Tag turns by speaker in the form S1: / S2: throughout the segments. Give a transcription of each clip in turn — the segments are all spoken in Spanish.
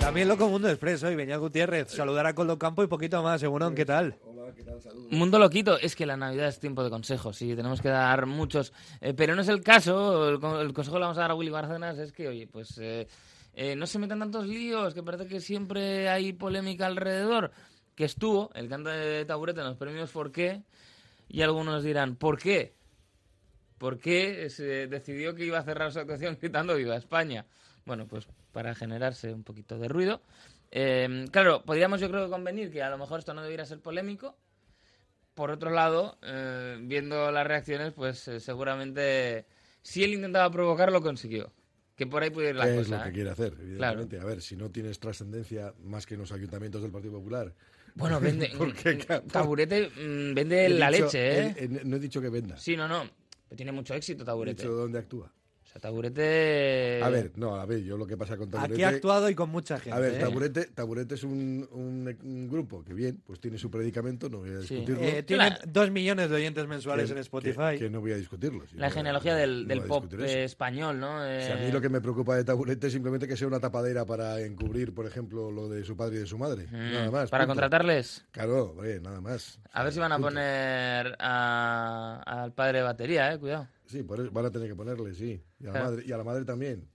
S1: También loco Mundo Expreso y Beñat Gutiérrez. Saludar a Coldo Campo y poquito más, seguro. ¿Qué tal?
S2: Hola, ¿qué tal? Saludos.
S3: Mundo loquito, es que la Navidad es tiempo de consejos y tenemos que dar muchos, eh, pero no es el caso, el, co- el consejo que le vamos a dar a Willy Bárcenas es que, oye, pues eh, eh, no se metan tantos líos, que parece que siempre hay polémica alrededor, que estuvo el canto de taburete en los premios ¿Por qué? Y algunos dirán, ¿por qué? ¿Por qué se decidió que iba a cerrar su actuación gritando Viva España? Bueno, pues para generarse un poquito de ruido. Eh, claro, podríamos yo creo que convenir que a lo mejor esto no debiera ser polémico. Por otro lado, eh, viendo las reacciones, pues eh, seguramente si él intentaba provocar lo consiguió. Que por ahí pudiera ir la
S2: ¿Qué
S3: cosa.
S2: es lo que
S3: ¿eh?
S2: quiere hacer, evidentemente? A ver, si no tienes trascendencia más que en los ayuntamientos del Partido Popular.
S3: Bueno, vende.
S2: Porque, claro,
S3: taburete mm, vende
S2: he
S3: la
S2: dicho-
S3: leche, ¿eh?
S2: he- he- no he dicho que venda.
S3: Sí, no, no. Tiene mucho éxito
S2: he
S3: Taburete. Eh,
S2: dicho dónde actúa.
S3: O sea, Taburete.
S2: A ver, no, a ver, yo lo que pasa con Taburete...
S1: Aquí ha actuado y con mucha gente.
S2: A ver,
S1: ¿eh?
S2: Taburete, Taburete es un, un- un grupo que bien, pues tiene su predicamento, no voy a
S3: Sí.
S2: discutirlo.
S1: Eh, tiene
S3: Claro.
S1: dos millones de oyentes mensuales
S2: que-
S1: en
S2: Que,
S1: Spotify.
S2: que no voy a discutirlo. si
S3: La
S2: no-
S3: genealogía del,
S2: no
S3: del
S2: voy a
S3: pop
S2: discutir eso.
S3: eh, español, ¿no?
S2: Si a mí
S3: Eh,
S2: lo que me preocupa de Taburete es simplemente que sea una tapadera para encubrir, por ejemplo, lo de su padre y de su madre.
S3: mm,
S2: nada más.
S3: Para
S2: punto.
S3: contratarles.
S2: Claro, hombre, nada más.
S3: A ver si van a
S2: Punto.
S3: poner a- al padre de batería, eh, cuidado.
S2: Sí, por eso van a tener que ponerle, sí. Y a la
S3: Claro.
S2: madre, y a la madre también.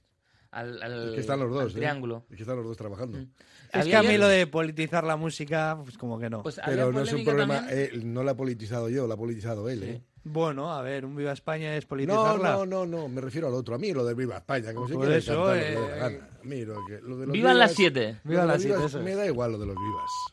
S3: Al, al-
S2: Es que están los
S3: al
S2: dos. ¿eh?
S3: Triángulo. Mm.
S2: Es que están los dos trabajando.
S1: Es que
S3: Había
S1: a mí
S3: ayer-
S1: lo de politizar la música, pues como que no.
S3: Pues había
S2: Pero no es un
S3: polémica
S2: problema.
S3: también.
S2: eh, no la ha politizado yo, la ha politizado él. ¿eh?
S1: Bueno, a ver, un Viva España es
S2: No,
S1: politizarla.
S2: no, no, no, me refiero al otro. A mí lo de Viva España, como se
S1: Por
S2: quiere
S1: eso,
S2: cantar lo que le
S1: eh,
S2: dé la gana. A mí lo que- lo de los
S3: Vivan las
S2: vivas-
S3: siete.
S2: lo de
S1: Viva
S2: los
S1: las siete,
S2: vivas
S1: eso
S2: Me
S1: es.
S2: da igual lo de los vivas.